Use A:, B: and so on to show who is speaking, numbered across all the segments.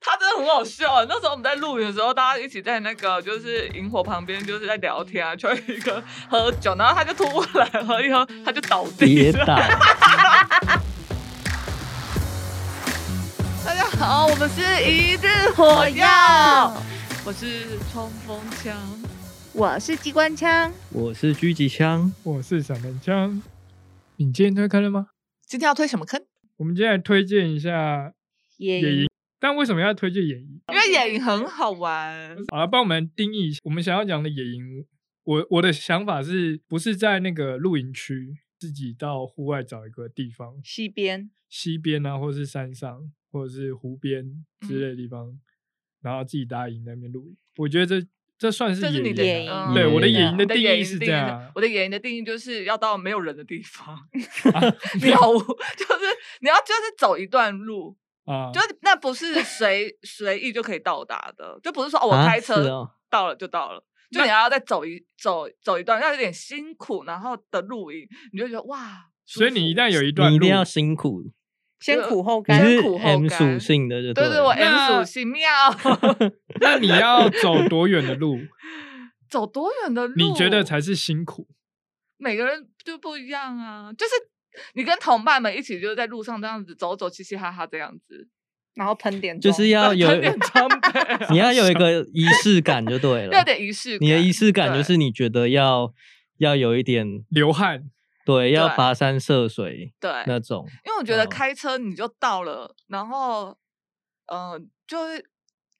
A: 他真的很好笑啊！那时候我们在录影的时候，大家一起在那个就是萤火旁边，就是在聊天啊，就有一个喝酒，然后他就突然喝一喝，他就倒地
B: 跌
A: 了。
B: 倒，
A: 大家好，我们是一日火药，我是冲锋枪。
C: 我是机关枪，
B: 我是狙击枪，
D: 我是闪门枪。你今天推开了吗？
A: 今天要推什么坑？
D: 我们今天来推荐一下，
C: 也
D: 但为什么要推荐野营？
A: 因为野营很好玩，
D: 好了，帮我们定义一下我们想要讲的野营。我我的想法是不是在那个露营区，自己到户外找一个地方，
C: 西边
D: 溪边啊，或是山上，或者是湖边之类的地方，
A: 嗯
D: 然后自己搭营在那边露营。我觉得这这算是
A: 这是你的
D: 野营啊，
A: 嗯
D: 对我的
B: 野
D: 野
B: 营
D: 营的
A: 我的
D: 定
A: 野
D: 义
A: 营
D: 是
A: 定
D: 这样啊。
A: 我的野营的定义就是要到没有人的地方，
D: 啊
A: 鸟屋，就是你要就是走一段路，
D: 啊，
A: 就是那不是随随意就可以到达的，就不是说、哦、我
B: 啊
A: 开
B: 是
A: 车
B: 哦
A: 到了就到了，就你还要再走一走走一段，要有点辛苦，然后的露营，你就觉得哇，舒
D: 所以你一
A: 服
D: 旦有一段
B: 你
D: 路，
B: 一定要辛苦，
C: 先苦后
B: 你
C: 甘，
B: 是哎
A: 先苦后
B: M
A: 甘
B: 属性的就
A: 对对
B: 对
A: 我
B: 了，
A: M
D: 呃那
A: 属性妙，
D: 那 你要走多远的路？
A: 走多远的路？
D: 你觉得才是辛苦？
A: 每个人就不一样啊，就是。你跟同伴们一起就是在路上这样子走走，嘻嘻哈哈这样子，
C: 然后喷点
B: 就
C: 妆
B: 是 要有
A: 喷点装备啊、
B: 你要有一个仪式感就对了，
D: 啊
A: 要有点仪式感。
B: 你的仪式感
A: 对
B: 就是你觉得要要有一点
D: 流汗
B: 对，要
A: 对
B: 跋山涉水
A: 对，
B: 那种，
A: 因为我觉得
B: 嗯
A: 开车你就到了，然后嗯、呃就会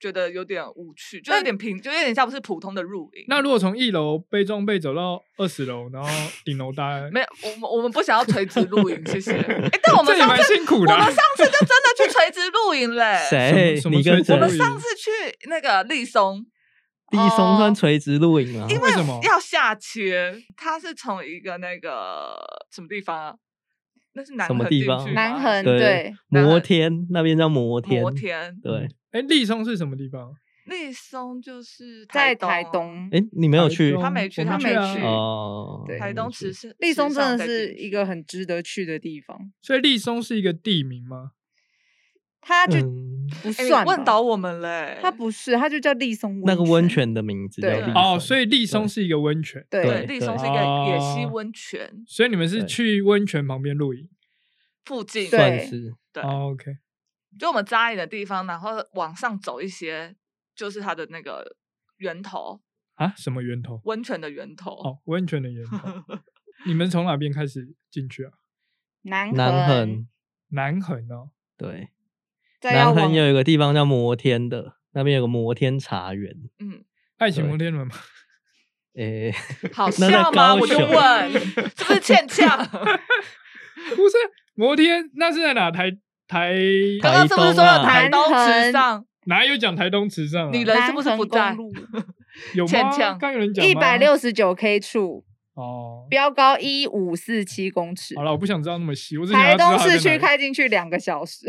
A: 觉得有点无趣，就有点平，就有点像不是普通的露营。
D: 那如果从一楼背装备走到二十楼，然后顶楼搭，
A: 没有，我们我们不想要垂直露营，谢谢。哎、但我们
D: 这也
A: 上
D: 蛮
A: 次
D: 辛苦
A: 我
D: 的
A: 们
D: 啊、
A: 上次就真的去垂直露营嘞、
B: 谁
D: 什么
B: 你
D: 什么
B: 跟
D: 垂
A: 我
B: 谁
D: 直
A: 们
D: 露营
A: 上次去那个立松，
B: 地松
A: 哦
B: 算垂直露营吗？
A: 因
D: 为什么
A: 要下切，它是从一个那个什么地方啊？那是南
B: 什么
A: 横
B: 地
A: 进
B: 方
A: 去吗
C: 南横
B: 对
C: 对，
A: 那
B: 摩
A: 很
B: 天那边叫摩天，
A: 摩天
B: 对，
D: 哎，立松是什么地方？
A: 立松就是
C: 在台
A: 啊
C: 东，
B: 哎，你没有
D: 台
B: 去
D: 中
A: 他没去
D: 我
A: 他
D: 没
A: 没去
D: 啊
B: 哦，
C: 对
A: 台
B: 没
A: 东
B: 去
A: 池是
C: 立松真的是一个很值得去的地
B: 嗯
C: 方，
D: 所以立松是一个地名吗？
C: 它就
B: 嗯
C: 不
A: 哎、你
C: 算吧、
A: 问倒我们嘞，
C: 它不是，它就叫立松
B: 那个温
C: 泉，
B: 泉的名字叫
C: 对
B: 立
D: 哦，
B: 松
D: 所以立松
B: 对
D: 是一个温泉，
A: 对，
C: 对，
A: 立
B: 对
A: 松是一个野溪
D: 哦
A: 温泉
D: 所以你们是
B: 对
D: 去温泉旁边露营。
A: 附近，
C: 对
B: 算是
A: 对
D: 哦 OK，
A: 就我们扎营的地方，然后往上走一些，就是它的那个源头，
D: 啊，什么源头？
A: 温泉的源头。
D: 哦，温泉的源 头。你们从哪边开始进去啊？
C: 南
B: 南
C: 横
B: 横，，
D: 南横哦，
B: 对，
C: 再
B: 南
C: 要往
B: 横有一个地方叫摩天的，那边有个摩天茶园，
A: 嗯，
D: 爱情
B: 对
D: 摩天轮吗？
B: 诶、
A: 好
B: 那在
A: 笑吗？
B: 高
A: 我就
B: 雄
A: 问，是不是欠 呛？
D: 不是摩天，那是在哪？台台
A: 刚刚是不是说了台
C: 台
A: 东
C: 东啊
A: 池上？
D: 哪有讲台东池上、啊？
A: 你人是不是
C: 南
A: 不
C: 横
A: 在
C: 公？路
D: 有
A: 欠
D: 吗？
A: 呛
D: 刚有人讲吗
C: 一百六十九 K 处，
D: 哦。
C: 标高一五四七公尺
D: 好，了，我不想知道那么细，我只想要
C: 台
D: 知道
C: 东
D: 它在
C: 市
D: 哪
C: 区
D: 里
C: 开进去两个小时，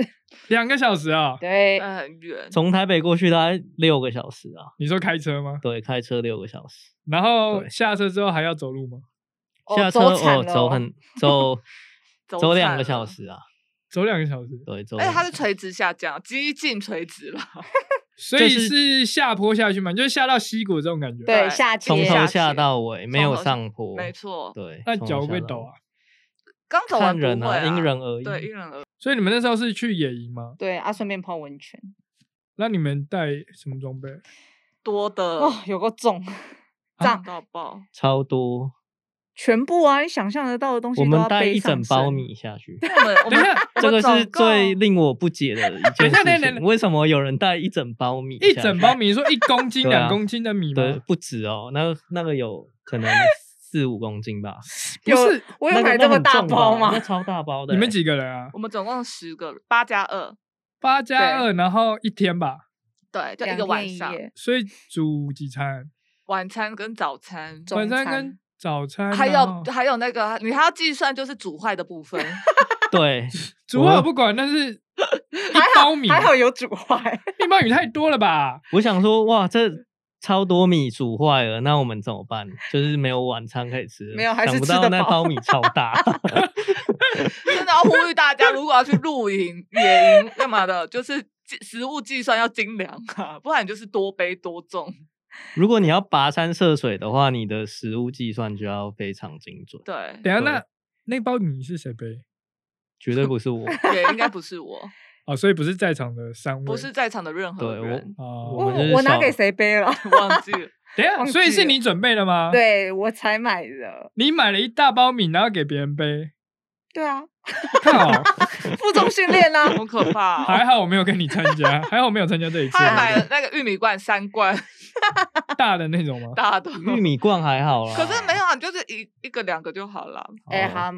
D: 两个小时啊？
C: 对，
A: 呃很远，
B: 从台北过去大概六个小时啊，
D: 你说开车吗？
B: 对，开车六个小时，
D: 然后
B: 对
D: 下车之后还要走路吗？
C: 哦
B: 下车
C: 走惨
B: 哦，
C: 了
B: 走
C: 哦
B: 很走
A: 走
B: 走两
A: 惨
B: 个小
A: 了
B: 时啊，
D: 走两个小时，
B: 对，走
A: 而且
B: 两
A: 它
B: 个
A: 是垂直下降，几近垂直了。
D: 所以是下坡下去嘛，就是下到溪谷这种感觉。
A: 对
C: 对，下切
B: 从
A: 下
B: 头
A: 去
B: 下到尾，没
A: 从
B: 有
A: 头下
B: 上坡，
A: 没，错，
B: 对，
D: 那
B: 从
D: 脚
B: 头
D: 会
B: 下
D: 不会
B: 到
D: 抖
B: 尾
D: 啊？
A: 刚走完
B: 看
A: 不
B: 人
A: 会
B: 啊，因人而异，
A: 对，因人而异。
D: 所以你们那时候是去野营吗？
C: 对啊，顺便泡温泉，
D: 那你们带什么装备？
A: 多
B: 呃
A: 的
C: 哦，有个重，
B: 啊
A: 胀到爆。
B: 超多，
C: 全部啊，你想象得到的东西
B: 我
C: 都
B: 们
C: 要
B: 带
C: 背
B: 一整
C: 上
B: 包
C: 身，
B: 米下去。
A: 我们我
D: 等
A: 们
D: 一下
A: 我
B: 这
A: 们
B: 个
A: 总
B: 是最
A: 共
B: 令我不解的一
D: 等
B: 件
D: 一下等一下
B: 事
D: 等一下
B: 情，为什么有人带一整包米？
D: 一整 包，米，你说一公斤、
B: 对啊
D: 两公斤的米吗？
B: 对，不止哦，那个那个有可 能四五公斤吧。
D: 不是
C: 有，我有
B: 那个
C: 买
B: 那
C: 这么
B: 很
C: 大
B: 重吧
C: 包吗
B: 那？超大包的欸。
D: 你们几个人啊？
A: 我们总共十个人，八加二，
D: 八加二，然后一天吧。
A: 对，就一
C: 两
A: 个
C: 天
A: 晚
C: 一
A: 上，
C: 夜
D: 所以煮几餐？
A: 晚餐跟早餐，
C: 中
D: 晚餐
C: 餐
D: 跟早餐，哦
A: 还
D: 然
B: 哦
A: 有
D: 后
A: 还有那个你还要计算就是煮坏的部分，
B: 对，
D: 煮好不管，但是一包米，
C: 还好有煮坏，
D: 一包米太多了吧？
B: 我想说，哇，这超多米煮坏了，那我们怎么办？就是没有晚餐可以吃了。
C: 没有还是
B: 想不
C: 吃
B: 到
C: 得
B: 那包
C: 饱
B: 米超大。
A: 真的要呼吁大家，如果要去露营、野营干嘛的，就是计食物计算要精良啊，不然就是多杯多重。
B: 如果你要跋山涉水的话，你的食物计算就要非常精准，
A: 对，
D: 等一下
B: 对
D: 那那包米是谁背？
B: 绝对不是我。
A: 也应该不是我，
D: 哦，所以不是在场的三位，
A: 不是在场的任何
B: 对我
A: 人，
B: 我
D: 哦。
B: 们就是
C: 我拿
B: 小
C: 给谁背 了？
A: 忘记了。
D: 等一下，
C: 忘
D: 所以
C: 记
D: 是
C: 了
D: 你准备的吗？，
C: 对我才买的。
D: 你买了一大包米，然后给别人背，
C: 对啊，
D: 靠，
C: 负重训练啊，
A: 好可怕、
D: 还
A: 哦！
D: 好我没有跟你参加，还好我没有参加这一次
A: 他还买了那个玉米罐三罐
D: 大的那种吗？
A: 大的，
B: 玉米罐还好啦，
A: 可是没有啊，你就是一一个两个就好了。
C: 哎、
B: 哦，
C: 好，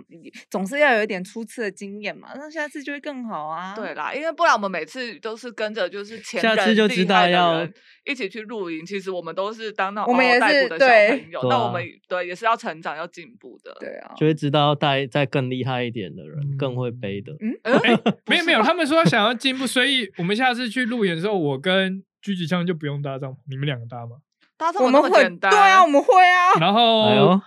C: 总是要有一点初次的经验嘛，那下次就会更好啊。
A: 对啦，因为不然我们每次都是跟着就是前
B: 下
A: 人
B: 次就知
A: 厉
B: 道
A: 害的
B: 要
A: 人一起去露营，其实我们都是当那种
C: 我们
A: 嗷嗷
C: 也
A: 待
C: 是
A: 哺的小
C: 对
A: 朋友，
B: 对
A: 那
B: 啊
A: 我们对也是要成长要进步的。
C: 对啊，
B: 就会知道带再更厉害一点的人，
D: 嗯
B: 更会背的。
D: 哎、
A: 不
D: 没有
A: 是
D: 没有，
A: 吧
D: 他们说想要进步，所以我们下次去路演的时候，我跟狙击枪就不用搭帐篷，你们两个搭嘛。
A: 搭这
C: 我
A: 么那
C: 们
A: 么
C: 会，
A: 简单，
C: 对啊，我们会啊。
D: 然
B: 哎
D: 后、
B: 呦，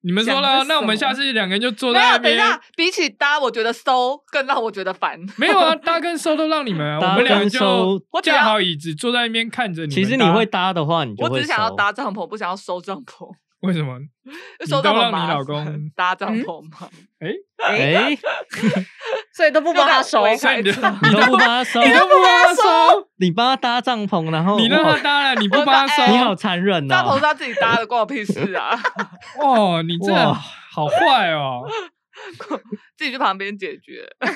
D: 你们说
C: 想
D: 了，
C: 是
D: 那我们
C: 什么
D: 下次两个人就坐在
A: 没
D: 那
A: 有，等一
D: 边。
A: 下，比起搭，我觉得收更让我觉得烦。
D: 没有啊，搭跟收都让你们啊，
B: 搭
D: 我们两个
B: 跟
D: 就
B: 收
A: 我只要
D: 架好椅子，坐在那边看着你们搭。
B: 其实你会搭的话，你就
A: 我
B: 会
A: 只想要
B: 熟
A: 搭帐篷，不想要收帐篷。
D: 为什么？
A: 收帐
D: 都
A: 篷
D: 让你
A: 麻
D: 老
A: 烦
D: 公
A: 搭帐
C: 嗯
A: 篷吗？
C: 哎、
B: 哎，
C: 所以都 不
A: 就
C: 帮
A: 在
C: 他收，
A: 围
D: 所以
A: 开
D: 你就
A: 车
B: 你都不帮他收，
D: 你都不帮他收，
B: 你帮他搭帐篷，然后
D: 你让
B: 哇
D: 他搭了，你不
A: 我
D: 帮他
A: 搭
D: 收，
B: 你好残忍啊
A: 帐篷
B: 呐
A: 是！他自己搭的，关我屁事啊！
D: 哦，你这
B: 哇
D: 好坏哦，
A: 自己去旁边解决，啊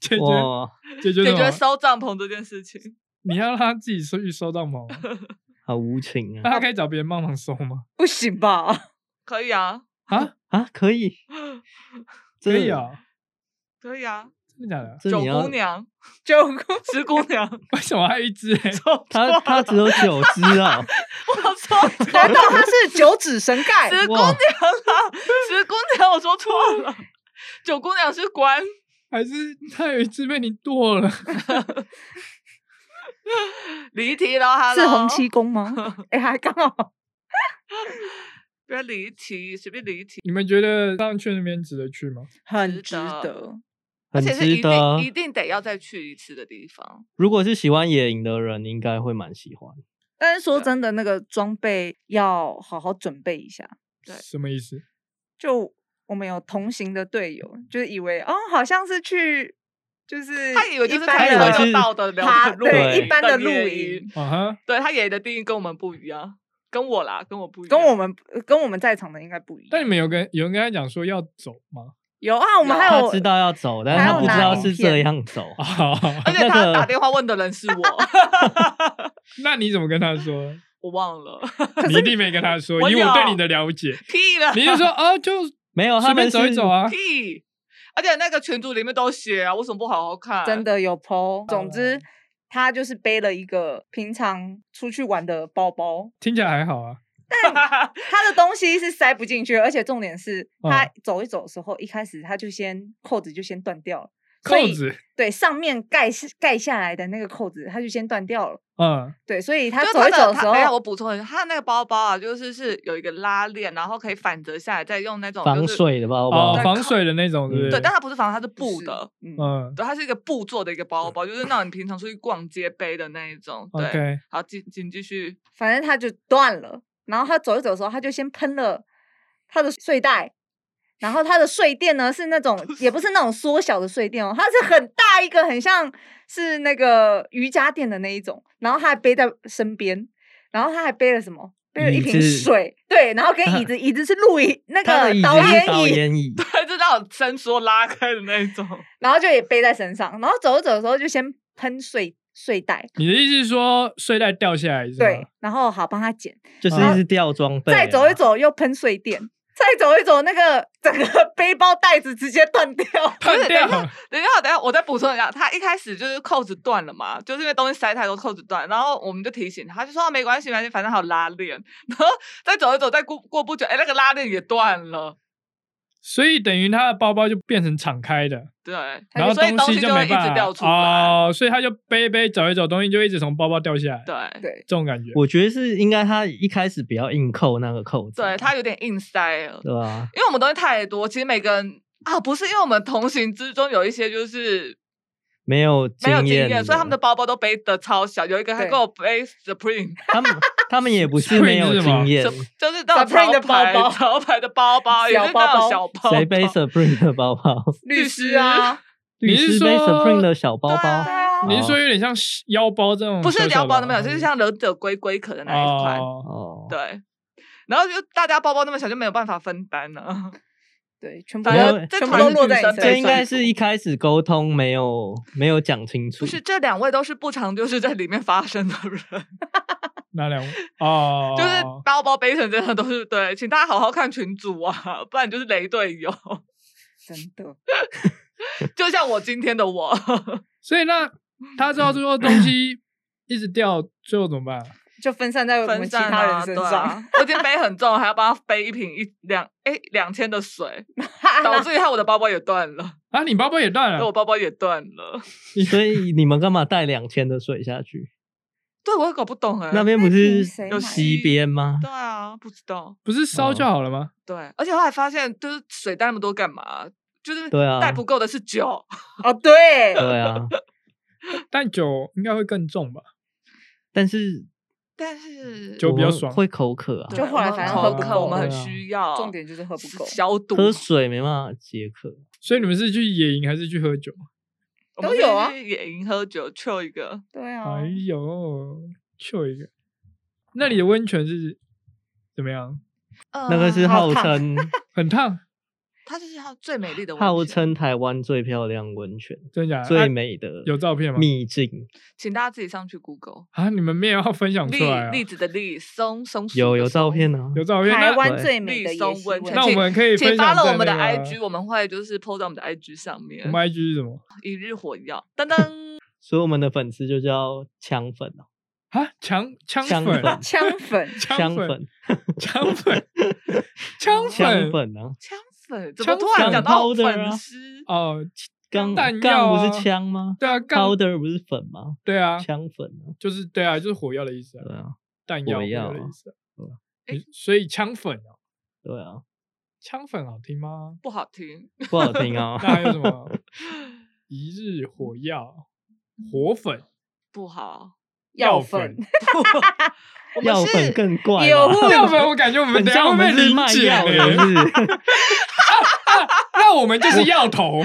D: 解决
B: 哇，
D: 解决
A: 解决
D: 什么？
A: 收帐篷这件事情。
D: 你要让他自己收去收帐篷，
B: 好无情
D: 那
B: 啊！
D: 他可以找别人帮忙收 吗？
C: 不 行吧？
A: 可以啊，
D: 啊，
B: 啊，可以，
D: 可
B: 这
D: 以啊，
A: 可以啊，
D: 真的假的？
B: 这
A: 九
B: 你要
A: 姑娘、
C: 就 我
A: 十姑娘，
D: 为什么还有一只、欸？
B: 他他只有九只啊！
A: 说错
C: 难道他是九 指神丐？
A: 十姑娘
B: 哇
A: 啦，十姑娘，我说错了，九姑娘是关。
D: 还是他有一只被你剁了？
A: 离题了哈，
C: 是洪七公吗？ 哎、还刚好。
A: 不要离题，随便离题，
D: 你们觉得上去那边值得去吗？
C: 很
A: 值
C: 值
A: 得
C: 得，
A: 而
B: 很
A: 且是一
B: 值得
A: 定。一定得要再去一次的地方。
B: 如果是喜欢野营的人，应该会蛮喜欢。
C: 但是说
A: 对
C: 真的，那个装备要好好准备一下。
A: 对
D: 什么意思？
C: 就我们有同行的队友，就是以为哦，好像是去，就是
A: 他以为就是
C: 一
A: 开
C: 般
B: 以为
A: 车
B: 是
A: 就
C: 的
A: 到的了
C: 他
A: 的露营
B: 对一
C: 般的露
A: 野
C: 营
A: 营
D: 啊哈，
A: 对他爷的定义跟我们不一样，跟我啦，跟我不一样，
C: 跟我们跟我们在场的应该不一
D: 但
C: 样。
D: 你们有跟有人跟他讲说要走吗？
C: 有啊，我们
A: 有
C: 还
B: 他
C: 有
B: 知道要走，但是
C: 还
B: 他
C: 有
B: 不知
C: 拿
B: 道
C: 影
B: 是这
C: 片
B: 样走。
D: 啊，
A: 而且
B: 那
A: 他
B: 个
A: 打电话问的人是我，
D: 那你怎么跟 他说？
A: 我忘了，
D: 你一定没跟他说，
A: 我
D: 以
A: 有
D: 我对你的了解，
A: 屁了，
D: 你 就说哦，就
B: 没有，
D: 随
B: 他
D: 便
B: 们
D: 走一
B: 是
D: 走啊。
A: 屁。而且那个群组里面都写啊，为什么不好好看？
C: 真，的有 PO。总
A: 哦
C: 之，他就是背了一个平常出去玩的包包，
D: 听起来还好啊。
C: 他的东西是塞不进去，而且重点是他
D: 嗯
C: 走一走的时候，一开始他就先扣子就先断掉了，所
D: 扣
C: 以
D: 子，
C: 对上面盖是盖下来的那个扣子，他就先断掉了。
D: 嗯，
C: 对，所以他
A: 就
C: 走一
A: 的
C: 走的
A: 他
C: 时
A: 等一下
C: 候
A: 我，补充一下，他那个包包啊，就是是有一个拉链，然后可以反折下来，再用那种
B: 防
A: 就是
B: 水的包包
D: 哦，，防水的那种，对不
A: 对，
D: 对
A: 但？它不是防，它是布
C: 是
A: 的，
C: 嗯，
D: 嗯
A: 对，它是一个布做的一个包包，就是让你平常出去逛街背的那一种。对
D: ，OK，
A: 好，请请继续。
C: 反正他就断了。然后他走一走的时候，他就先喷了他的睡袋，然后他的睡垫呢是那种，也不是那种缩小的睡垫哦，它是很大一个，很像是那个瑜伽垫的那一种。然后他还背在身边，然后他还背了什么？背了一
B: 椅
C: 瓶
B: 子
C: 水，对，然后跟 椅子，椅子是录影那
B: 他的
C: 个
B: 椅
C: 导
B: 子是
C: 演
B: 导
C: 椅，
B: 演椅，
A: 对，就那种伸缩拉开的那一种。
C: 然后就也背在身上，然后走着走的时候就先喷睡睡袋，
D: 你的意思是说睡袋掉下来是
C: 对
D: 吗？，
C: 然后好帮他捡，
B: 就是
D: 啊
B: 一直吊装备啊。
C: 再走一走又喷睡垫，再走一走那个整个背包袋子直接断掉，
D: 断掉了，
A: 等一下，等一下，我再补充一下，他一开始就是扣子断了嘛，就是因为东西塞太多，扣子断，然后我们就提醒他，他就说、啊没关系，没关系，反正还有拉链。 然后再走一走，再过过不久，哎，那个拉链也断了。
D: 所以等于他的包包就变成敞开的，
A: 对，
D: 然后
A: 所以
D: 西
A: 西就
D: 就
A: 会
D: 没
A: 一
D: 办
A: 直
D: 法
A: 掉出来。
D: 哦，所以他就背一背走一走，东西就一直从包包掉下来，这
A: 对，
C: 对，
D: 种感觉。
B: 我觉得是应该他一开始不要硬扣那个扣子，
A: 对，他有点硬塞了。
B: 对吧？
A: 因为我啊们东西太多，其实每个人啊，不是因为我们同行之中有一些就是
B: 没有
A: 没有经
B: 验
A: 验，所以他们的包包都背的超小。有一个还
C: 对
A: 给我背 Supreme，
B: 他们他们也不是没
D: Supreme
B: 有
D: 是什么
B: 经验，
A: 就是那种
C: Supreme
A: 潮
C: 的包
A: 牌
C: 包
A: 潮牌的包包，也
C: 小
A: 是那
C: 包包
A: 种小包包。
B: 谁背 Supreme 的包包？
C: 律
A: 律
C: 师
A: 师
C: 啊，
B: 律
D: 你是
B: 师背
D: 说
B: Supreme 的小包
A: 对
B: 包
A: 啊？
C: 啊
D: 你是说
B: 哦
D: 有点像是腰包这种
A: 不是
D: 小小
A: 聊包都没有，
D: 吗
A: 就是像忍者龟龟壳的那一款。
D: 哦，
B: 哦，
A: 对，然后就大家包包那么小，就没有办法分担了。
C: 对，啊全部
A: 反
B: 没有
A: 正
C: 都
A: 这
C: 全部
A: 团
C: 都
A: 是
C: 落
A: 女
C: 在
A: 生
C: 你
A: 背
B: 这
C: 身
B: 应
C: 上。
B: 该是一开始沟通没有没有讲 清楚，
A: 不是这两位都是不常就是在里面发生的人，
D: 那两哦，
A: 就是包包背成这样都是对，请大家好好看群主啊，不然就是雷队友。
C: 真的，
A: 就像我今天的我，
D: 所以那他知道最后东西一直掉，最后怎么办？
C: 就分散在我们
A: 分
C: 其
A: 散
C: 他
A: 啊，
C: 人身
A: 对
C: 上
A: 啊，， 我今天背很重，还要帮他背一瓶一两哎两千的水，
C: 啊
A: 导致于他我的包包也断了，
B: 嗯
D: 啊，你包包也断
A: 对我
D: 了，
A: 包包也断了。
B: 所以你们干嘛带两千的水下去？
A: 对，我也搞不懂哎、
B: 那边不
C: 那
B: 是
C: 瓶谁
A: 买的
B: 西边吗？
A: 对啊，不知道。
D: 不是烧
B: 哦
D: 就好了吗？
A: 对，而且后来发现，就是水带那么多干嘛？就是
B: 对啊
A: 带不够的是酒，
C: 哦，对，
B: 对啊，
D: 但酒应该会更重吧？
B: 但是
A: 但是
D: 酒比较
B: 我
D: 爽
B: 会口渴啊
A: 对，
C: 就后来
A: 我们
C: 反
D: 正
A: 口
D: 喝不
A: 渴
D: 够
A: 我们很
D: 对啊
A: 需要。
C: 重点就是喝不够
A: 消毒
B: 喝水没办法解渴。
D: 所以你们是去野营还是去喝酒？
A: 我们
C: 都有啊
A: 是野营喝酒，chill 一个。
C: 对啊
D: 哎，呦，就一个，那里的温泉是怎么样？
B: 那个是
A: 呃
B: 号
C: 好烫
B: 称
D: 很烫，
A: 它就是它最美丽的温
B: 号
A: 泉，
B: 称台湾最漂亮温泉、
D: 真假的？啊
B: 最美的
D: 有照片吗？
B: 秘境，
A: 请大家自己上去 Google。
D: 啊，你们没有要分享
A: 栗
D: 出来啊？
A: 栗子的栗，松松树
B: 有
A: 的
B: 有照
A: 松
B: 片啊，
D: 有照片？
C: 台
D: 那
C: 湾
B: 对
C: 最美的
A: 栗
C: 野
A: 松
C: 溪
A: 温
C: 温
A: 泉。
D: 那我
A: 请
D: 们可以
A: 请
D: 分享
A: 发了
D: 在
A: 我们的
D: 那个
A: IG，我们会就是 PO 在我们的 IG 上面
D: 我。们 IG 是什么
A: 一日火药，噔噔，
B: 所以我们的粉丝就叫枪粉啊，
D: 啊？强枪
B: 枪
D: 粉，
B: 粉
C: 枪粉
D: 枪粉，
B: 粉，
D: 枪粉， 枪
B: 枪
D: 粉，
B: 粉啊，
A: 枪粉怎么
D: 枪
A: 突然讲
B: 粉
A: 到
B: powder 啊
A: 粉丝？
D: 哦，
B: 钢
D: 弹药
B: 杠
D: 啊
B: 不是枪吗？
D: 对啊，杠
B: powder 不是粉吗？
D: 对啊，
B: 枪粉啊，
D: 就是对啊，就是火药的意思
B: 对
D: 啊，
B: 啊，
D: 弹药
B: 火药
D: 的
B: 啊
D: 意思啊
B: 对啊。
D: 你所以枪粉啊，
B: 对啊，
D: 枪粉好听吗？。
A: 不好听，
B: 不好听啊
D: 那还有什么？一日火药，火粉，
A: 不好。
D: 药
C: 药
D: 粉
C: 粉，
A: 我们
B: 药粉
A: 是
B: 更怪
C: 有
B: 吧，
C: 物
D: 药粉，我感觉我们
B: 很
D: 等下
B: 像我
D: 会被
B: 们是
D: 理
B: 卖
D: 解
B: 药 的，
D: 欸
B: 是。不是？
D: 那我们就是药 头，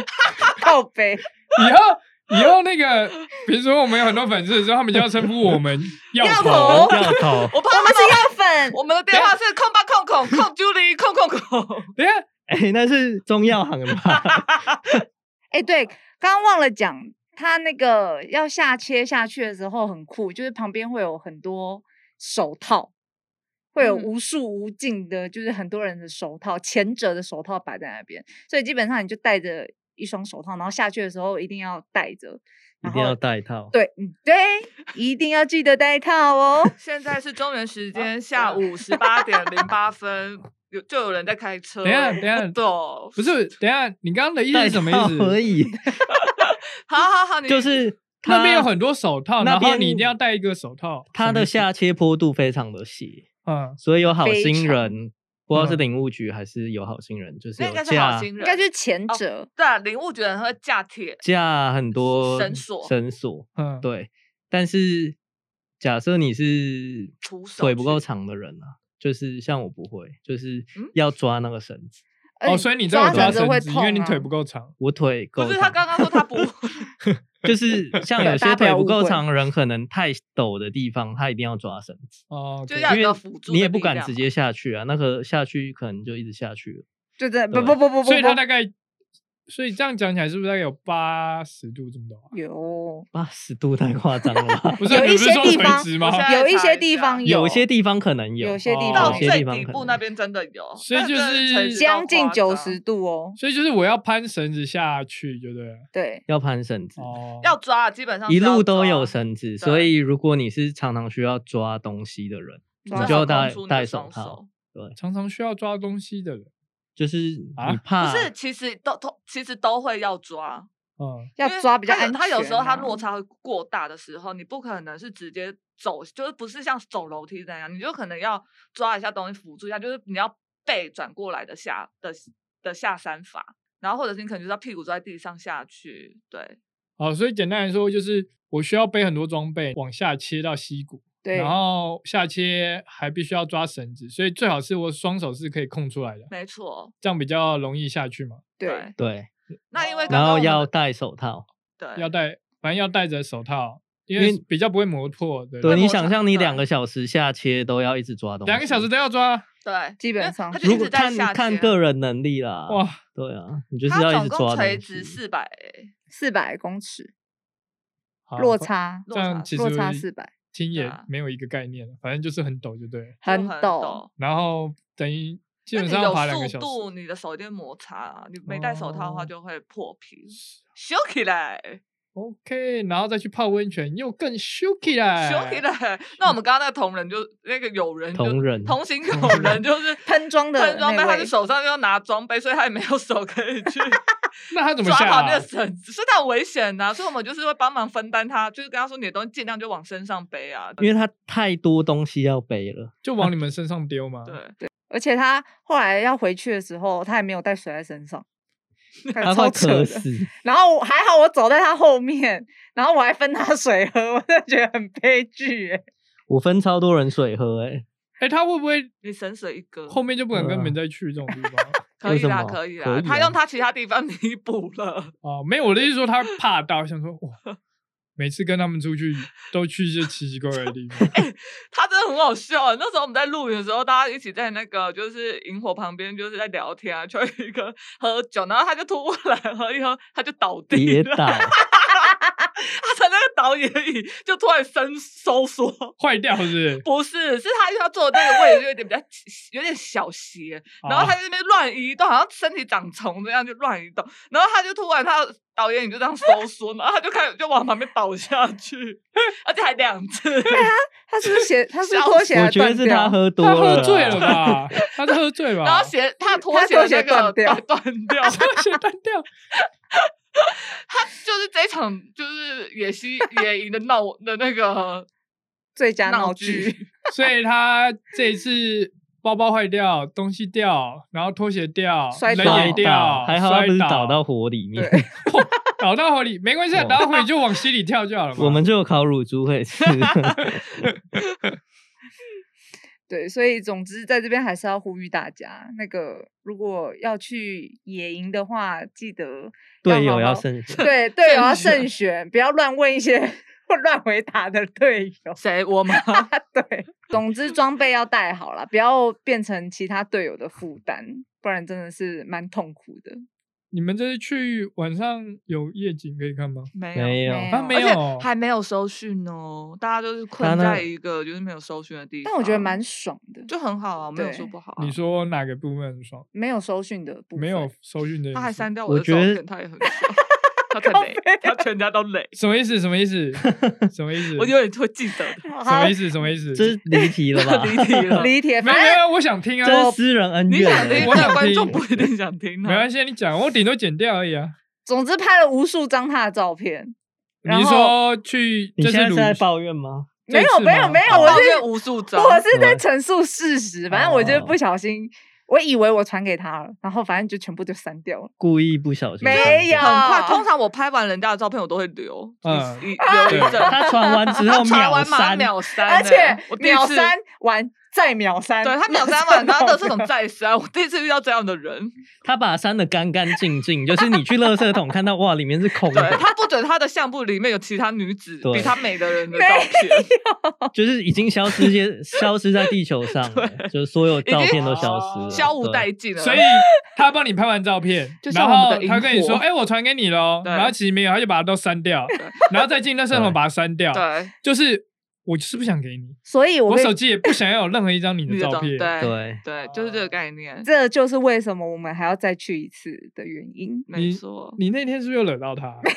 C: 靠 背，
D: 以后以后那个，比如说我们有很多粉丝的时候，他们就要称呼我 们药
C: 药
D: 头
C: 头。
B: 药头，
A: 我怕
C: 我
A: 他
C: 们
A: 们
C: 是药粉，
A: 我们的电话是空八空空 空 Julie 空空空。
D: 等一下，
B: 哎，那是中药行的吧？
C: 哎、对，刚刚忘了讲，它那个要下切下去的时候很酷，就是旁边会有很多手套，会有
A: 嗯
C: 无数无尽的，就是很多人的手套，前者的手套摆在那边，所以基本上你就戴着一双手套，然后下去的时候一定要戴着，
B: 一
C: 然
B: 定要
C: 后
B: 带套。
C: 对，嗯，对，一定要记得戴套哦。
A: 现在是中原 时间下午十八点零八分，有就有人在开车。欸
D: 等一下等一下
A: 对，好
D: 不是，等一下，你刚刚的意 思
B: 带
D: 是什么
B: 套
D: 意
B: 而
D: 思？
B: 已，
A: 好好，你
B: 就是它
D: 那边有很多手套，
B: 那
D: 然后
B: 边
D: 你一定要戴一个手套。
B: 它的
D: 什么意思，
B: 下切坡度非常的细，
D: 嗯，
B: 所以有好
C: 非
B: 心
C: 常
B: 人，不知道是
D: 嗯
B: 领物局还是有好心人，就是
A: 那
B: 有
A: 应该是好
B: 架
A: 心人，
C: 应该就是前
A: 哦
C: 者，
A: 对啊，领悟觉得会架铁，
B: 架很多
A: 绳索
B: 绳索，
D: 嗯，
B: 对。但是假设你是
A: 徒手
B: 腿不够
A: 去
B: 长的人啊，就是像我不会，就是
A: 嗯
B: 要抓那个绳子，
C: 而
D: 哦，
C: 且
D: 所以你这
C: 抓
D: 有抓
C: 绳子会
D: 绳子，
C: 痛、
D: 因
C: 啊，
D: 为你腿不够长。
B: 我腿够
A: 不
B: 长。
A: 是他刚刚说他 不，
B: 就是 像有
C: 大家
B: 些
C: 不要
B: 腿不
C: 误
B: 够
C: 会
B: 长的人，可能太陡的地方，他一定要抓绳子，
D: 哦，
A: 就
D: OK
A: 要有
B: 因
A: 个
B: 为
A: 辅助，
B: 你也不敢直。接下去啊，那个下去可能就一直下去了。
C: 就这不
B: 对
C: 不不不不，
D: 所以它
C: 不
D: 大概，所以这样讲起来，是不是大概有八十度这么多啊？
C: 有
B: 八十度太夸张了吧
D: 不？是，
C: 有
D: 你
C: 一
D: 不是
C: 些
D: 说
C: 地
D: 垂
C: 方
D: 直
A: 我现
D: 吗？
A: 在
C: 有一
A: 查
C: 些
A: 一
C: 地
A: 下
C: 方
B: 有一些地方可能有，
C: 有些地
B: 哦
A: 到
C: 方
B: 有些
C: 有
A: 最
B: 地方
A: 底
B: 可
A: 部
B: 能
A: 那边真的有，
D: 所以
A: 但
D: 就
A: 真的
D: 是
A: 垂直到
C: 将近
A: 夸
C: 九
A: 张
C: 十，度哦。
D: 所以就是我要攀绳子下去，对不对了？
C: 对，
B: 要攀绳
C: 嗯
B: 子，
D: 哦，
A: 要抓，基本上
B: 一
A: 是要
B: 路都
A: 抓
B: 有绳子，
A: 对
B: 所以如果你是常常需要抓东西的人，
A: 你
C: 抓
B: 你
A: 最
B: 就
A: 好
B: 要
A: 空
B: 戴
A: 出你的
B: 戴手
A: 双
B: 套，对，
D: 常常需要抓东西的人，
B: 就是
D: 啊
B: 你怕
A: 不是，其实都都其实都会要抓，
D: 嗯，
C: 要
A: 因为
C: 抓比较
A: 它有
C: 安全、啊。
A: 它有时候它落差会过大的时候，你不可能是直接走，就是不是像走楼梯那样，你就可能要抓一下东西辅助一下，就是你要背转过来的下的的下山法，然后或者是你可能就是要屁股坐在地上下去，对，
D: 好，所以简单来说，就是我需要背很多装备，往下切到溪谷，
C: 对，
D: 然后下切还必须要抓绳子，所以最好是我双手是可以空出来的，
A: 没错，
D: 这样比较容易下去嘛。
C: 对，
B: 对，
A: 那因为刚
B: 然
A: 刚我
B: 后
A: 们
B: 要戴手套。
A: 对
D: 要戴，反正要戴着手套，因
B: 因
D: 为
B: 为
D: 比较不会磨破。对，
B: 对
A: 会
B: 你
A: 摩
B: 想
A: 擦
B: 象你
A: 对
B: 两个小时下切都要一直抓东西，
D: 两个小时都要抓，
A: 对，
C: 基
A: 因为
C: 本上
A: 他就
B: 如
A: 一
B: 果
A: 直在
B: 看
A: 下
B: 看
A: 切
B: 个人能力啦。哇，
D: 哇，
B: 对啊，你就是
A: 他
B: 要一
A: 总
B: 直
A: 共
B: 抓
A: 垂
B: 东
A: 直
B: 西。
A: 四百
C: 四百公尺
B: 啊
D: 好
C: 落，差，
D: 这样其实
C: 落差400，
A: 对
D: 听也
A: 啊
D: 没有一个概念了，反正就是很陡就对了。
C: 很陡，
A: 陡。
D: 然后等于基
A: 那
D: 本
A: 你
D: 上要爬两
A: 有
D: 个
A: 速
D: 小时，
A: 度，你的手一定摩擦啊！你没戴手套的话
D: 哦
A: 就会破皮，修起来，
D: OK，然后再去泡温泉，又更羞起 来，
A: 修起。来。
D: 哎
A: 那
D: 嗯
A: 我们刚刚那个同仁就那个友人就，
B: 同仁
A: 同行友人 就是
C: 喷装的
A: 喷装备，
C: 那
A: 他
C: 位
A: 的手上就要拿装备，所以他也没有手可以去
D: 那他怎么
A: 抓
D: 下、
A: 好那个？
D: 啊
A: 绳子，所以他很危险呐、所以我们就是会帮忙分担他，就是跟他说你的东西尽量就往身上背啊。
D: 嗯
B: 因为它太多东西要背了，
D: 就往你们身上丢吗？
A: 对，
C: 而且他后来要回去的时候，他也没有带水在身 上，感
B: 它
C: 觉超
B: 快
C: 扯
B: 渴
C: 的。
B: 死。
C: 然后我还好，我走在他后面，然后我还分他水喝，我真的觉得很悲剧哎。
B: 我分超多人水喝、 欸，
D: 哎、他会不会
A: 你省水一个，
D: 后面就不敢跟
B: 对啊
D: 你们再去这种地方？
A: 可
B: 为
A: 以
B: 什
A: 啦，
B: 么
A: 可以
B: 可
A: 啦，
B: 以
A: 他
B: 啊
A: 用他其他地方弥补了。
D: 哦，没有，我的意思说他怕到，想说哇，每次跟他们出去都去一些奇奇怪怪的地 方。
A: 他真的很好笑啊。那时候我们在露营的时候，大家一起在那个就是萤火旁边，就是在聊天啊，就有一个喝酒，然后他就突然喝一喝，他就倒地
B: 跌
A: 了，
B: 倒，
A: 他从那个导演椅就突然伸收缩。
D: 坏掉是不是？
A: 不是，是他因为他坐的那个位置就有点比较有点小斜， 然
C: 哦
A: 后他
D: 啊
A: 就在那边乱移动，好像身体长虫这样就乱移动，然后他就突然他的导演椅就这样收缩，然后他就开始就往旁边倒下去， 而且还两次。
C: 他是不是鞋？他是不是
A: 笑
C: 拖鞋
B: 我
C: 还
B: 觉得
C: 断
B: 是他
C: 掉？
B: 喝多
D: 他
B: 了，
D: 喝醉了？吧？他是喝醉吧？
A: 然后鞋他的拖
C: 哦他
A: 鞋
C: 拖
A: 的
C: 鞋
A: 那
C: 断
A: 个
C: 掉
A: 断 掉，
D: 他血断掉，
A: 他就是这一场就是野西野营的闹的那个
C: 最佳
A: 闹
C: 闹剧，
D: 所以他这一次包包坏掉，东西掉，然后拖鞋掉，
C: 摔
D: 人
B: 摔
D: 也
C: 倒
D: 掉，
B: 还好他
D: 摔
B: 不是倒到火里面。
C: 对
D: 倒到火里，没关系啊，
B: 哦
D: 倒到火里就往溪里跳就好了嘛。
B: 我们就有烤乳猪可以 吃。
C: 对，所以总之在这边还是要呼吁大家，那个如果要去野营的话，记得
B: 队友
C: 好
B: 要
C: 好
B: 慎 选，
C: 对队友要
A: 慎
D: 啊
C: 慎选，不要乱问一些 或乱回答的队 友。
A: 谁我吗？
C: 对，总之装备要带好了，不要变成其他队友的负担，不然真的是蛮痛苦的。
D: 你们这次去晚上有夜景可以看吗？
A: 没
B: 没有。
D: 啊，没
A: 而
D: 有
A: 且，还没有搜讯哦，大家就是
B: 他
A: 困
B: 那
A: 在一个就是没有搜讯的地方。
C: 但我觉得蛮爽的，
A: 就很好啊，我没有说
C: 对
A: 不好、啊。
D: 你说哪个部分很爽？
C: 没有搜讯的部分，
D: 没有收讯的，
A: 他还删掉
B: 我
A: 我的
B: 觉
A: 照
B: 得
A: 片，他也很爽，他才累，他全家都累，
D: 什么意思？什么意 思？什么意思？
A: 我永远会记得的。
D: 什
C: 好
D: 么意思？什么意思？
B: 这是 离题了 吧？
A: 离题了
C: 离铁，
D: 没
C: 反
D: 有没
C: 正
D: 有，我想听
B: 这
D: 啊
B: 是，私人恩
A: 你
B: 怨
A: 想
B: 欸。
A: 听，
D: 我
A: 但
D: 想
A: 观众
D: 听
A: 不一定想听、啊。
D: 没关系，你讲，我顶多剪掉而已啊。
C: 总之拍了无数张他的照片，
D: 你
C: 然
D: 是
C: 后
D: 说去？
B: 你
D: 这
B: 现
D: 次
B: 在是
D: 鲁
B: 在抱怨吗？
D: 这
C: 没有
D: 次
C: 没有
D: 吗哦
C: 没有，
A: 抱
C: 我是
A: 怨无数张，
C: 我是在
B: 对
C: 陈述事实，反正我就是不
B: 哦
C: 小心。我以为我传给他了，然后反正就全部就删掉了。
B: 故意不小心？
C: 没有
A: 很快。通常我拍完人家的照片，我都会留，
D: 嗯
A: 一一留一
D: 对
A: 阵。
B: 他传完之后
A: 他传
B: 秒
A: 完马上
B: 删，
A: 秒删欸，
C: 而且
A: 我第一
C: 秒
A: 次
C: 删完再秒删，
A: 对他秒删完，然后都是种再删。我第一次遇到这样的人，
B: 他把它删的干干净净，就是你去垃圾桶看到哇，里面是空
A: 对
B: 的，
A: 他不准他的相簿里面有其他女子
B: 对
A: 比他美的人的
C: 没
A: 照片，
B: 就是已经消失 些，消失在地球上了，就是所有照片都消失了，
A: 消无
B: 对
A: 殆尽了。
D: 所以他帮你拍完照片
A: 就，像
D: 然
A: 我们
D: 后
A: 的
D: 他
A: 萤
D: 跟你说：“
A: 火
D: 哎、我传给你喽。”
A: 对
D: 然后其实没有，他就把它都删 掉，然后再进那摄
B: 对
D: 桶把它删掉。
A: 对
D: 就是我就是不想给你，
C: 所以我
D: 我
C: 会
D: 手机也不想要有任何一张你的
A: 你的
D: 照
A: 照
D: 片。
A: 对
B: 对，
A: 对，就是这个概念，
C: 这就是为什么我们还要再去一次的原因。
A: 没 错。
D: 你那天是不是又惹到他？
C: 没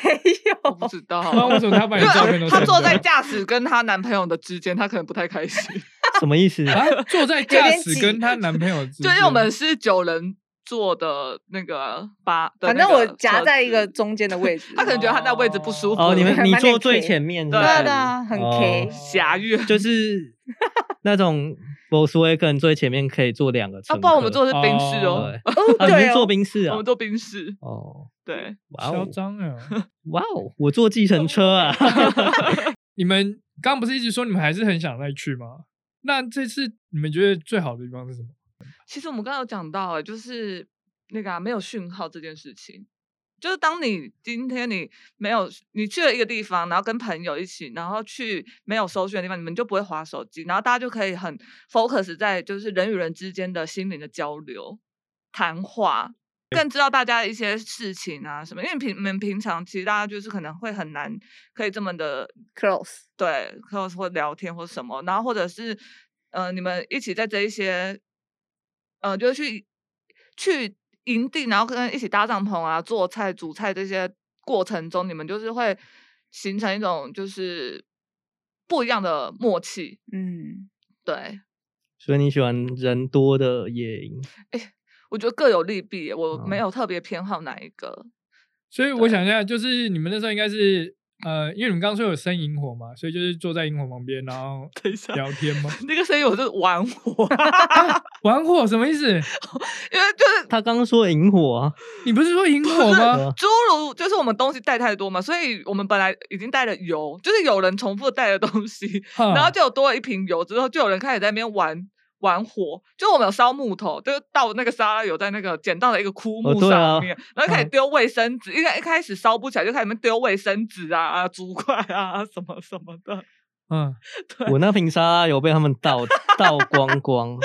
A: 我
C: 有
A: 不，知道，
D: 不然为什么他把你照片
A: 因
D: 都
A: 为呃
D: 删
A: 她
D: 掉
A: 坐在驾驶跟她男朋友的之间，她可能不太开心。
B: 什么意思？
D: 啊，坐在
C: 点
D: 驾驶
C: 挤
D: 跟她男朋友之
A: 就
D: 间，
A: 因为我们是九人坐的那个八，的
C: 反
A: 那
C: 正我
A: 个
C: 夹
A: 车
C: 在一个
A: 子，
C: 中间的位置。啊
A: 他可能觉得他那位置不舒服。
B: 哦，你 们
C: 还
B: 你
C: 蛮
B: 坐
C: 脸
B: 最
C: 皮
B: 前面是不
A: 对
B: 是，
A: 啊
C: 对啊很
B: 哦
C: K
A: 狭越
B: 就是那种 Volkswagen 最前面可以坐两个
A: 啊，
B: 乘客，
A: 不然我们坐的是宾士哦，
B: 对，
C: 哦，
B: 啊，你
C: 对
B: 是坐
C: 哦，
B: 宾士
A: 我
B: 啊
A: 们？坐宾士，
B: 哦，
A: 对，
B: 哇
D: 嚣
B: 哦，
D: 张啊！
B: 哇哦，我坐计程车 啊！
D: 你们刚刚不是一直说你们还是很想再去吗？那这次你们觉得最好的地方是什么？
A: 其实我们刚刚有讲到、欸，就是那个、啊、没有讯号这件事情，就是当你今天你没有你去了一个地方，然后跟朋友一起，然后去没有搜寻的地方，你们就不会划手机，然后大家就可以很 focus 在就是人与人之间的心灵的交流、谈话。更知道大家的一些事情啊，什么？因为平你们平常其实大家就是可能会很难可以这么的
C: close，
A: 对，或或聊天或什么，然后或者是呃，你们一起在这一些呃，就是去去营地，然后跟一起搭帐篷啊、做菜、煮菜这些过程中，你们就是会形成一种就是不一样的默契。
C: 嗯，
A: 对
B: 所以你喜欢人多的野营？
A: 我觉得各有利弊，我没
B: 哦
A: 有特别偏好哪一个。
D: 所以我想一下，就是你们那时候应该是呃，因为你们刚刚说有生萤火嘛，所以就是坐在萤火旁边，然后
A: 等一下
D: 聊天嘛。
A: 那个声音我是玩火，
D: 玩火什么意思？
A: 因为就是
B: 他刚刚说萤火啊，
D: 你不是说萤火吗？
A: 诸如就是我们东西带太多嘛，所以我们本来已经带了油，就是有人重复带的东西，
D: 然
A: 然
B: 嗯
A: 后就有多了一瓶油，之后就有人开始在那边玩玩火，就我们有烧木头，就是到那个沙拉有在那个捡到了一个枯木
B: 对啊
A: 上面，然后开始
D: 嗯
A: 丢卫生纸，因为一开始烧不起来，就开始在那边丢卫生纸啊、啊竹 筷啊什么什么的。
D: 嗯，
B: 我那瓶沙拉有被他们倒倒光光。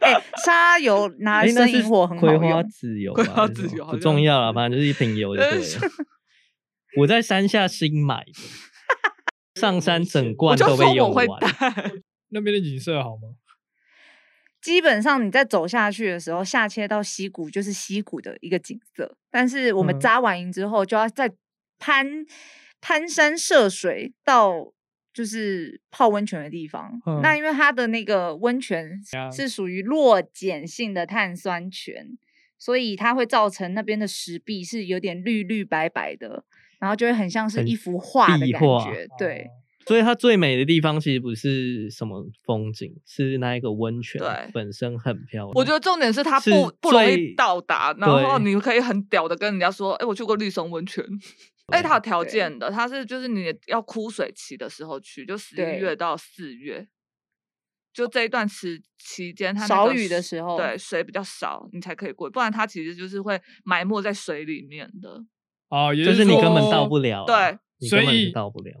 C: 哎，沙油拿来
B: 哎，那
C: 生
B: 是
C: 萤火很好
B: 葵花
C: 用，
B: 籽油吧，
A: 葵花
B: 还是
A: 籽
B: 什么
A: 油好
B: 不
A: 像
B: 重要了，
A: 是
B: 反正就是一瓶油就
A: 呃
B: 对
A: 是
B: 了。 我在山下新买的， 上山整
A: 我
B: 罐
A: 就
B: 都
A: 说
B: 被用
A: 我会
B: 完。
A: 带，
D: 那边的景色好吗？
C: 基本上你在走下去的时候，下切到溪谷就是溪谷的一个景色。但是我们
D: 嗯
C: 扎完营之后，就要再攀攀山涉水到就是泡温泉的地方。那
D: 嗯啊
C: 因为它的那个温泉是属于弱碱性的碳酸泉，所以它会造成那边的石壁是有点绿绿白白的，然后就会很像是
B: 很
C: 一幅画的
B: 壁
C: 感
B: 画
C: 觉。
D: 哦
C: 对，
B: 所以它最美的地方其实不是什么风景，是那一个温泉
A: 对
B: 本身很漂亮。
A: 我觉得重点是它
B: 是
A: 不不容易
B: 最
A: 到达，然后
B: 对
A: 你可以很屌的跟人家说，哎、我去过绿松温 泉。哎，它有条
C: 对
A: 件的，它是就是你要枯水期的时候去，就十
C: 对
A: 一月到四月，就这一段时期间，它那
C: 少
A: 个
C: 雨的
A: 水
C: 时候
A: 对水比较少，你才可以过，不然它其实就是会埋没在水里面的。
D: 哦，也
B: 就是你根本到
D: 说
B: 不了、啊
A: 对，
B: 你
D: 所
B: 根本
D: 以
B: 是到不了。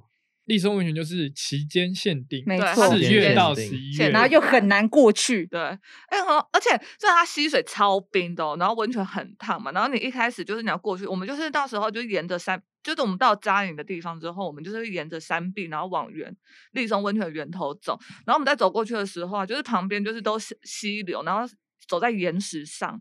D: 立松温泉就是期间限定，
C: 没
A: 对它
C: 错
D: 四
A: 是
B: 期
D: 月
B: 间
D: 到
B: 限
D: 十
B: 定
D: 一
A: 限定
D: 月，
C: 然后又很难过去。
A: 对，哎、很好，而且虽然它溪水超冰的、哦，然后温泉很烫嘛，然后你一开始就是你要过去，我们就是到时候就沿着山，就是我们到扎营的地方之后，我们就是沿着山壁，然后往源立松温泉的源头走，然后我们再走过去的时候啊，就是旁边就是都是溪流，然后走在岩石上，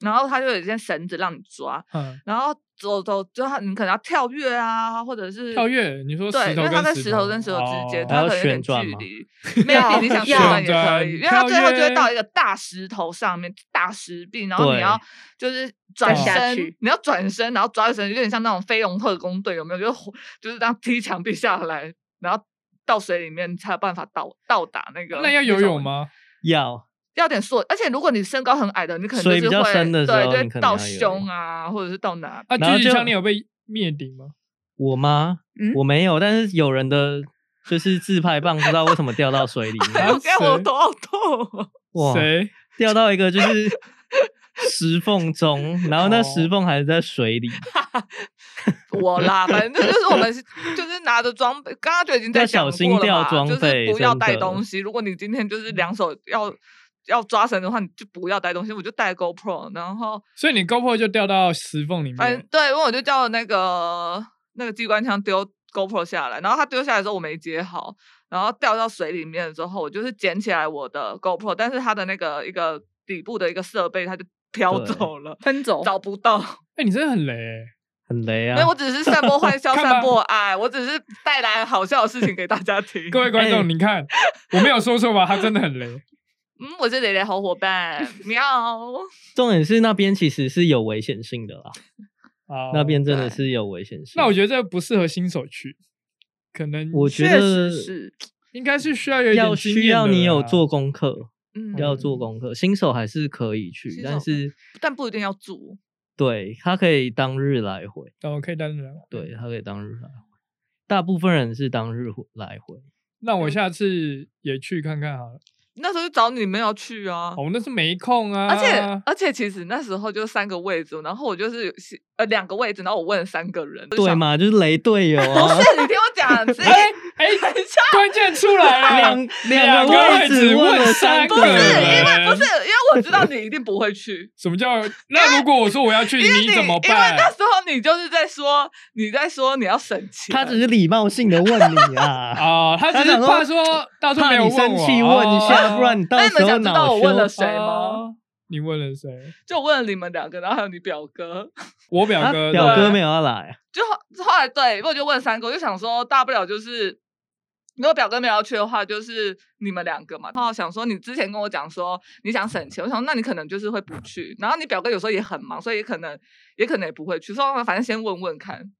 A: 然后它就有一根绳子让你抓，
D: 嗯
A: 然后走走之后你可能要跳跃啊，或者是
D: 跳。跃。你说
A: 对，
D: 石
A: 因
D: 头
A: 为它跟
D: 跟
A: 石
D: 石
A: 头跟石头之间，
D: 哦
A: 它
B: 还
A: 可
B: 要
A: 能有点
B: 旋转
A: 距
B: 吗
A: 离。
C: 要
A: maybe 你想
C: 旋
A: 旋转也可
D: 转
A: 以，因为它最后就
D: 跳
A: 会
D: 跃
A: 到一个大石头上面，大石壁，然后你
B: 对
A: 要就是转
D: 下
A: 身
C: 去，
A: 你要转身，然后抓着绳，有点像那种飞龙特工队，有没有？就是就是这样踢墙壁下来，然后到水里面才有办法到到达那个。
D: 那要游泳？吗？
B: 要
A: 要点速，而且如果你身高很矮的，你可能就
B: 水
A: 是
B: 比较
A: 会
B: 深的时
A: 对
B: 候
A: 对
B: 你可能
A: 到
B: 要游
A: 胸
B: 泳
A: 啊，或者是到哪？
D: 啊，
B: 然后
D: 狙击
B: 就
D: 枪你有被灭顶吗？
B: 我吗？
C: 嗯
B: 我没有，但是有人的就是自拍棒不知道为什么掉到水里
A: 哎
B: 面，
A: 呦，给我
D: 谁
A: 头好痛哦！
B: 哇，
D: 谁？
B: 掉到一个就是石缝中，然后那
A: 哦
B: 石缝还是在水里，
A: 我啦，反正就是我们是就是拿着装备，刚刚就已经在
B: 要
A: 讲
B: 小
A: 过
B: 心
A: 了
B: 掉
A: 嘛
B: 装备
A: 就是不要
B: 真的
A: 带东西。如果你今天就是两手要要抓绳的话，你就不要带东西，我就带 GoPro，然后
D: 所以你 GoPro 就掉到石缝
B: 嗯
D: 里
A: 反正
D: 面，
A: 对，因为我就叫了那个那个机关枪丢 GoPro 下来，然后他丢下来的时候我没接好，然后掉到水里面的时候，我就是捡起来我的 GoPro，但是它的那个一个底部的一个设备，它就飘
B: 对
A: 走了，
C: 分走
A: 找不到。
D: 哎，你真的很雷欸。
B: 很雷
A: 没有，
B: 啊
A: 我。只是散播欢笑，
D: 看
A: 散
D: 吧
A: 播爱，我只是带来好笑的事情给大家听。
D: 各位观
B: 哎
D: 众，你看，我没有说错吧？他真的很雷。
A: 嗯，我是蕾蕾好伙伴，喵。
B: 重点是那边其实是有危险性的啦，
D: 啊，
B: 那边真的
A: 哦对
B: 是有危险性。
D: 那我觉得这不适合新手去，可能
B: 我觉
C: 确
B: 得
C: 实是
D: 应该是需要有一点
B: 要
D: 经
B: 需
D: 验
B: 要
D: 的啊
B: 你有
D: 啦
B: 做功课，
A: 嗯
B: 要做功课。新手还是可以去
A: 新，
B: 但
A: 手
B: 是
A: 但不一定要住。
B: 对他可以当日来回，
D: 但我可以单人来玩。
B: 对他可以当日来回。大部分人是当日回来回，
D: 那
A: 嗯
D: 我下次也去看看好了。
A: 那时候就找你没有去啊，
D: 哦，那是没空啊。
A: 而且而且其实那时候就三个位置，然后我就是有是呃两个位置，然后我问了三个人，
B: 对嘛，就是雷队友
A: 不
B: 啊，
A: 是你听我讲，是
D: 哎 哎，关键出来了
B: 两，两
D: 啊个
B: 个位置问了三
D: 三
B: 个
A: 不是因
B: 人，
A: 为不是因为我知道你一定不会
D: ，
A: 去
D: 什么叫？那如果我说我要去，
A: 因为你
D: 怎么
A: 因为
D: 办？
A: 那时候你就是在说你在说你要省钱，
B: 他只是礼貌性的问你 啊，
D: 啊，他只是怕说到时候
B: 怕
D: 没有
B: 你
D: 问
B: 生
D: 我，
B: 气问一下，不然你到
A: 那你
B: 时
A: 们
B: 候
A: 想知道
B: 恼
A: 我问了
B: 羞。
A: 谁吗？
D: 哦你问了谁？
A: 就问了你们两个，然后还有你表哥，
D: 我表
B: 啊
D: 哥，
B: 表
D: 对
B: 哥没有要来，
A: 就后后来对，我就问三个，我就想说大不了就是。如果表哥没有要去的话，就是你们两个嘛。然后想说，你之前跟我讲说你想省钱，我想那你可能就是会不去。然后你表哥有时候也很忙，所以也可能也可能也不会去。所以反正先问问看。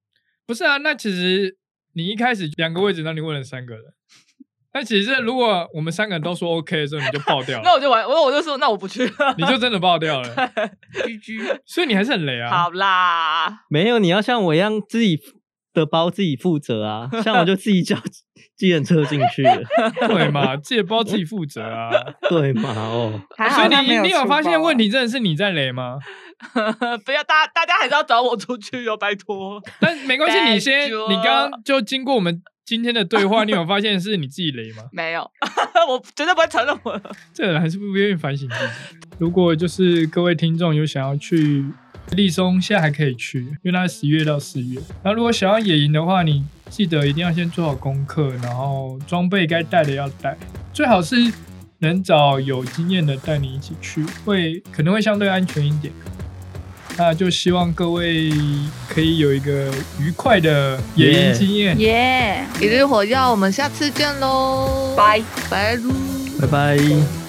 D: 不是啊，那其实你一开始两个位置，那你问了三个人。那其实如果我们三个人都说 OK 的时候，你就爆掉
A: 那
D: 了，
A: 我就完，我我就说那我不去了。
D: 你就真的 爆掉了。
B: 居居
D: 所以你还是很雷啊。
A: 好啦，
B: 没有，你要像我一样自己的包自己负责啊，像我就自己叫计程车进 去了，
D: 对嘛，自己的包自己负责啊。
B: 对嘛？哦，
C: 还
D: 所
C: 好
D: 以
C: 他
D: 你
C: 没有
D: 你有
C: 出
D: 发现
C: 包啊
D: 问题真的是你在雷吗？
A: 不要大大家还是要找我出去哟、哦拜托。
D: 但没关系，你先，
A: 拜托
D: 你刚刚就经过我们今天的对话，你有发现是你自己雷吗？
A: 没有， 我绝对不会承认我。
D: 这人还是不愿意反省自己。如果就是各位听众有想要去立松，现在还可以去，因为它十月到四月。那如果想要野营的话，你记得一定要先做好功课，然后装备该带的要带，最好是能找有经验的带你一起去，会可能会相对安全一点。那就希望各位可以有一个愉快的野营
B: Yeah
D: 经验。
C: 耶，
A: 一日火药，我们下次见喽，
C: 拜。
A: 拜喽。
B: 拜拜。